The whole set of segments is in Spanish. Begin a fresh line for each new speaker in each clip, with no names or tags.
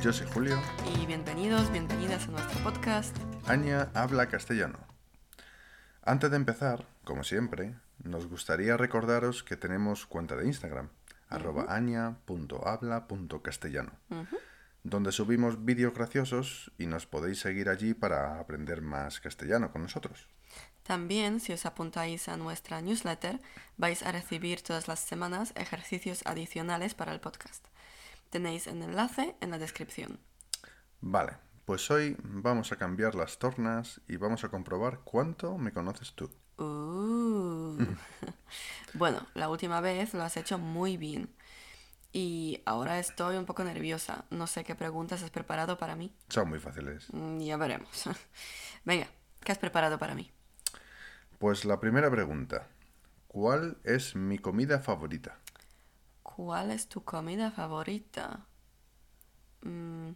Yo soy Julio.
Y bienvenidos, bienvenidas a nuestro podcast.
Anya habla castellano. Antes de empezar, como siempre, nos gustaría recordaros que tenemos cuenta de Instagram, arroba anya.habla.castellano,
Ujú.
donde subimos vídeos graciosos y nos podéis seguir allí para aprender más castellano con nosotros.
También, si os apuntáis a nuestra newsletter, vais a recibir todas las semanas ejercicios adicionales para el podcast. Tenéis el enlace en la descripción.
Vale, pues hoy vamos a cambiar las tornas y vamos a comprobar cuánto me conoces tú.
Uh. bueno, la última vez lo has hecho muy bien. Y ahora estoy un poco nerviosa. No sé qué preguntas has preparado para mí.
Son muy fáciles.
Mm, Ya veremos. Venga, ¿qué has preparado para mí?
Pues la primera pregunta. ¿Cuál es mi comida favorita?
¿Cuál es tu comida favorita? Mm,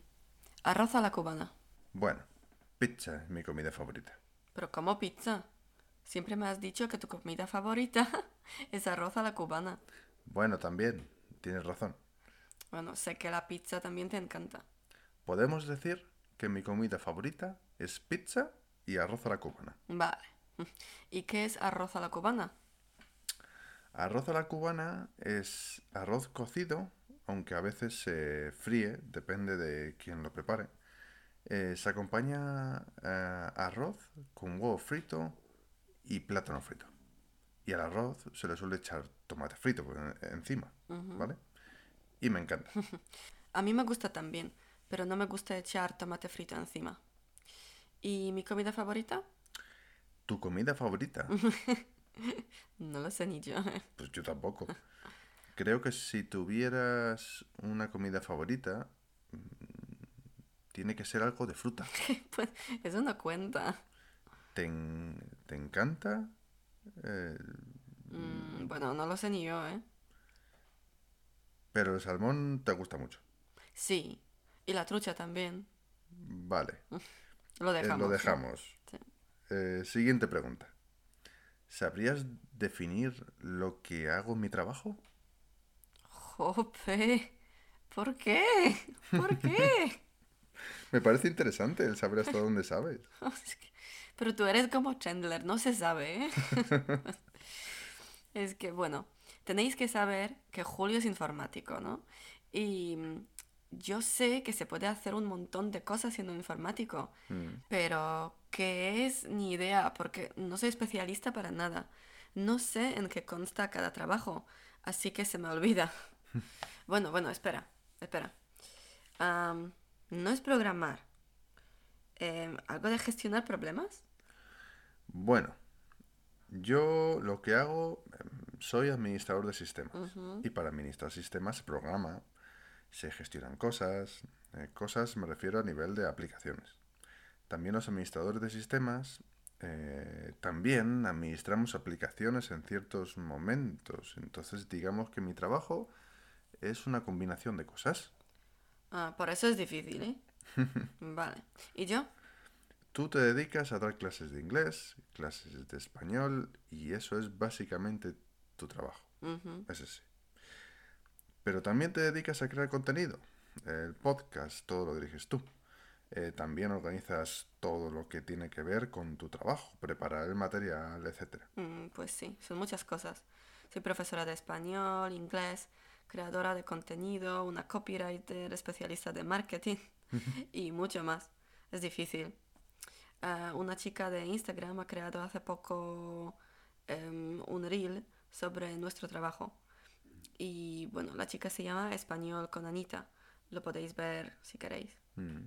arroz a la cubana.
Bueno, pizza es mi comida favorita.
Pero como pizza. Siempre me has dicho que tu comida favorita es arroz a la cubana.
Bueno, también, tienes razón.
Bueno, sé que la pizza también te encanta.
Podemos decir que mi comida favorita es pizza y arroz a la cubana.
Vale. ¿Y qué es arroz a la cubana?
Arroz a la cubana es arroz cocido, aunque a veces se fríe, depende de quién lo prepare. Eh, se acompaña eh, arroz con huevo frito y plátano frito. Y al arroz se le suele echar tomate frito eh, encima, ¿vale? Y me encanta.
A mí me gusta también, pero no me gusta echar tomate frito encima. ¿Y mi comida favorita?
¿Tu comida favorita?
No lo sé ni yo. eh.
Pues yo tampoco. Creo que si tuvieras una comida favorita, mm, tiene que ser algo de fruta.
Pues eso no cuenta.
¿Te, en- te encanta? Eh,
Mm, bueno, no lo sé ni yo, ¿eh?
pero el salmón te gusta mucho.
Sí. Y la trucha también.
Vale, eh,
Lo dejamos.
lo
¿no?
dejamos.
Sí.
Eh, siguiente pregunta. ¿Sabrías definir lo que hago en mi trabajo?
Jope. ¿Por qué? ¿Por qué?
Me parece interesante el saber hasta dónde sabes.
Es que- Pero tú eres como Chandler, no se sabe, ¿eh? Es que, bueno, tenéis que saber que Julio es informático, ¿no? Y mm, yo sé que se puede hacer un montón de cosas siendo informático,
Mm.
pero ¿qué es? Ni idea, porque no soy especialista para nada. No sé en qué consta cada trabajo, así que se me olvida. Bueno, bueno, espera, espera. Am, no es programar. Em, ¿Algo de gestionar problemas?
Bueno, yo lo que hago, em, soy administrador de sistemas.
Ujú.
Y para administrar sistemas se programa, se gestionan cosas. eh, cosas me refiero a nivel de aplicaciones. También los administradores de sistemas, eh, también administramos aplicaciones en ciertos momentos. Entonces digamos que mi trabajo es una combinación de cosas.
Ah, por eso es difícil, ¿eh? Vale. ¿Y yo?
Tú te dedicas a dar clases de inglés, clases de español y eso es básicamente tu trabajo.
Ujú.
Ese sí. Pero también te dedicas a crear contenido. El podcast, todo lo diriges tú. Eh, también organizas todo lo que tiene que ver con tu trabajo, preparar el material, etc.
Mm, pues sí, son muchas cosas. Soy profesora de español, inglés, creadora de contenido, una copywriter, especialista de marketing y mucho más. Es difícil. Ah, una chica de Instagram ha creado hace poco em, un reel sobre nuestro trabajo. Y bueno, la chica se llama Español con Anita. Lo podéis ver si queréis.
Mm.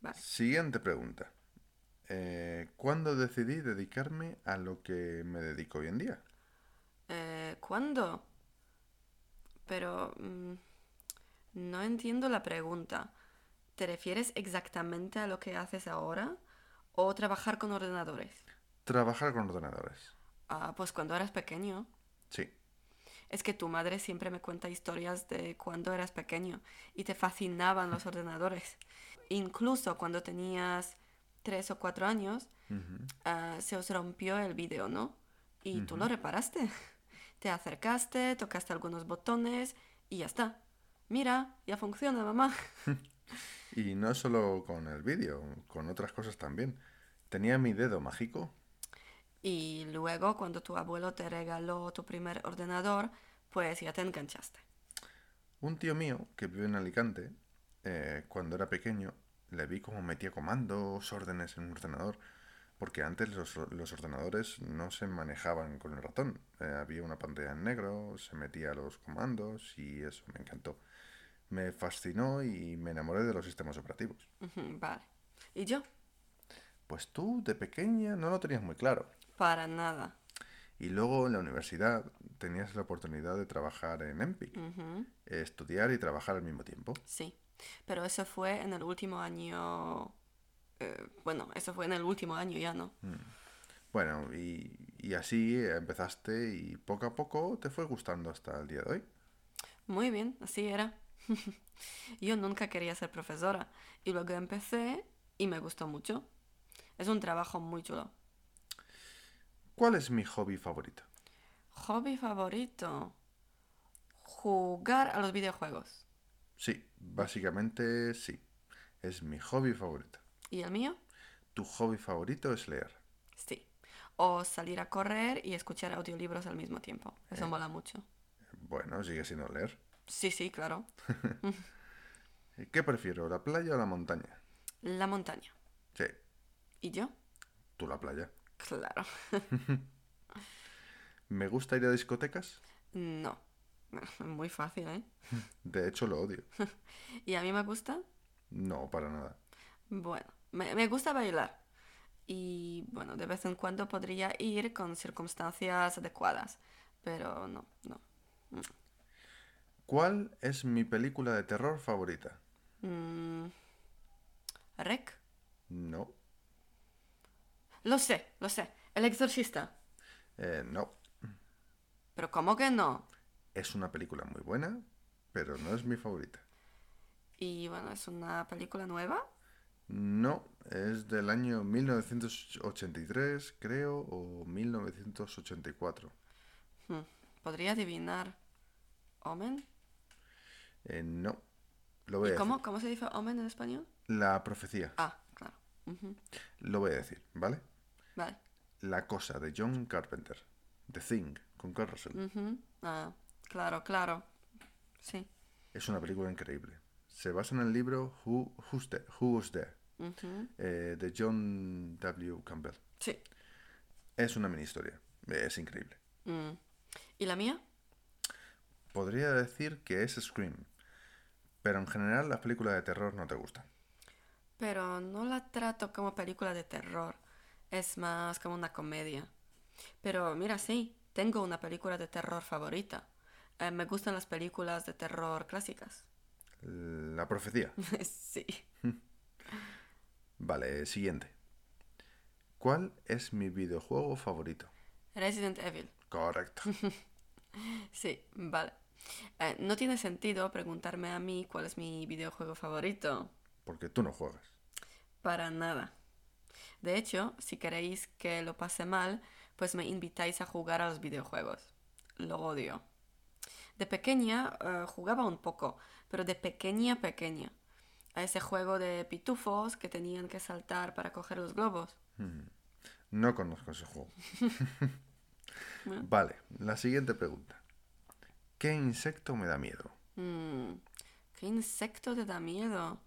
Vale.
Siguiente pregunta. Eh, ¿Cuándo decidí dedicarme a lo que me dedico hoy en día?
Eh, ¿cuándo? Pero mm, no entiendo la pregunta. ¿Te refieres exactamente a lo que haces ahora o trabajar con ordenadores?
Trabajar con ordenadores.
Ah, pues cuando eras pequeño.
Sí.
Es que tu madre siempre me cuenta historias de cuando eras pequeño y te fascinaban los ordenadores. Incluso cuando tenías tres o cuatro años,
Ujú.
ah, se os rompió el vídeo, ¿no? Y tú lo reparaste. Te acercaste, tocaste algunos botones y ya está. mira, ya funciona, mamá.
Y no solo con el vídeo, con otras cosas también. Tenía mi dedo mágico.
Y luego, cuando tu abuelo te regaló tu primer ordenador, pues ya te enganchaste.
Un tío mío que vive en Alicante, eh, cuando era pequeño, le vi como metía comandos, órdenes en un ordenador, porque antes los, los ordenadores no se manejaban con el ratón. Eh, había una pantalla en negro, se metía los comandos y eso me encantó. Me fascinó y me enamoré de los sistemas operativos.
Ujú, Vale. ¿Y yo?
Pues tú, de pequeña, no lo tenías muy claro.
Para nada.
Y luego en la universidad tenías la oportunidad de trabajar en EMPIC,
Ujú,
estudiar y trabajar al mismo tiempo.
Sí. Pero eso fue en el último año... eh, bueno, eso fue en el último año ya, ¿no?
Bueno, y, y así empezaste y poco a poco te fue gustando hasta el día de hoy.
Muy bien, así era. Yo nunca quería ser profesora y luego empecé y me gustó mucho. Es un trabajo muy chulo.
¿Cuál es mi hobby favorito?
Hobby favorito. Jugar a los videojuegos.
Sí, básicamente sí. Es mi hobby favorito.
¿Y el mío?
Tu hobby favorito es leer.
Sí. O salir a correr y escuchar audiolibros al mismo tiempo. Eso mola mucho.
Bueno, sigue siendo leer.
Sí, sí, claro.
¿Qué prefiero, la playa o la montaña?
La montaña.
Sí,
¿Y yo?
tú la playa.
Claro.
¿Me gusta ir a discotecas?
No. Muy fácil, ¿eh?
De hecho, lo odio.
¿Y a mí me gusta?
No, para nada.
Bueno, me, me gusta bailar. Y bueno, de vez en cuando podría ir con circunstancias adecuadas. Pero no, no.
¿Cuál es mi película de terror favorita?
Mm. ¿Rec?
No,
Lo sé, lo sé. El exorcista.
eh, no.
Pero ¿cómo que no?
Es una película muy buena, pero no es mi favorita.
Y bueno, es una película nueva.
No, es del año 1983, creo, o 1984.
Hmm, Podría adivinar. ¿Omen?
Eh, no, lo voy a
¿Y
decir.
cómo, cómo se dice Omen en español?
La profecía,
Ah, claro. Ujú,
lo voy a decir, ¿vale?
Vale.
La cosa de John Carpenter, The Thing, con Kurt Russell.
Ujú, Ah, claro, claro. Sí.
Es una película increíble. Se basa en el libro Who, Who's There, Who Was There,
ujú,
eh, de John W. Campbell.
Sí.
Es una mini historia, es increíble.
Mm. ¿Y la mía?
Podría decir que es Scream, pero en general las películas de terror no te gustan.
Pero no la trato como película de terror, es más como una comedia. Pero mira, sí, tengo una película de terror favorita. Eh, me gustan las películas de terror clásicas.
La profecía.
sí.
Vale, siguiente. ¿Cuál es mi videojuego favorito?
Resident Evil.
Correcto.
Sí, vale. Eh, no tiene sentido preguntarme a mí cuál es mi videojuego favorito.
Porque tú no juegas.
Para nada. De hecho, si queréis que lo pase mal, pues me invitáis a jugar a los videojuegos. Lo odio. De pequeña eh, jugaba un poco, pero de pequeña pequeña. A ese juego de pitufos que tenían que saltar para coger los globos.
No conozco ese juego. vale, la siguiente pregunta. ¿Qué insecto me da miedo?
Mm, ¿Qué insecto te da miedo?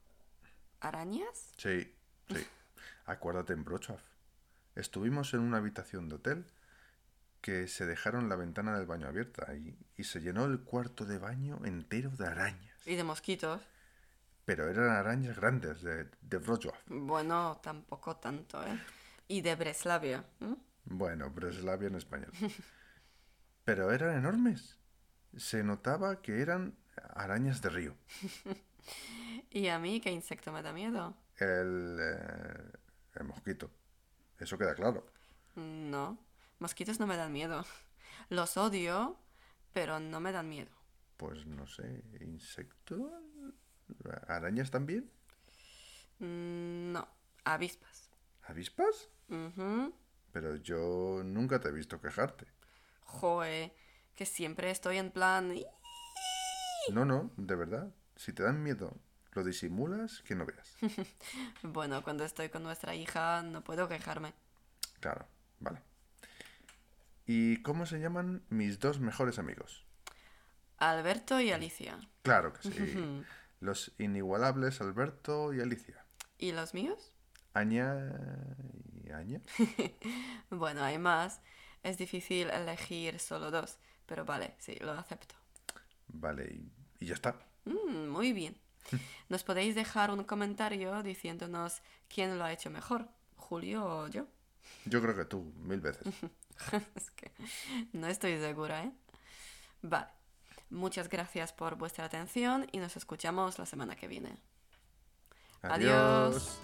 ¿Arañas?
Sí, sí. Acuérdate en Brochav. Estuvimos en una habitación de hotel que se dejaron la ventana del baño abierta y, y se llenó el cuarto de baño entero de arañas.
¿Y de mosquitos?
Pero eran arañas grandes de, de Wrocław.
Bueno, tampoco tanto, ¿eh? ¿Y de Breslavia? ¿m?
Bueno, Breslavia en español. Pero eran enormes. Se notaba que eran arañas de río.
¿Y a mí qué insecto me da miedo?
El, eh, el mosquito. Eso queda claro.
Mm, No, mosquitos no me dan miedo. Los odio, pero no me dan miedo.
Pues no sé, insecto. ¿Arañas también?
Mm, No, avispas.
¿Avispas?
Ujú.
Pero yo nunca te he visto quejarte.
Joe, que siempre estoy en plan... "Ih".
No, no, de verdad. Si te dan miedo, lo disimulas que no veas.
Bueno, cuando estoy con nuestra hija no puedo quejarme.
Claro, vale. ¿Y cómo se llaman mis dos mejores amigos?
Alberto y Alicia.
Claro que sí. Los inigualables Alberto y Alicia.
¿Y los míos?
Aña y Aña.
Bueno, hay más. Es difícil elegir solo dos, pero vale, sí, lo acepto.
Vale, y, y ya está.
Mm, muy bien. Nos podéis dejar un comentario diciéndonos quién lo ha hecho mejor, Julio o yo.
Yo creo que tú, mil veces.
Es que no estoy segura, ¿eh? Vale. Muchas gracias por vuestra atención y nos escuchamos la semana que viene. Adiós.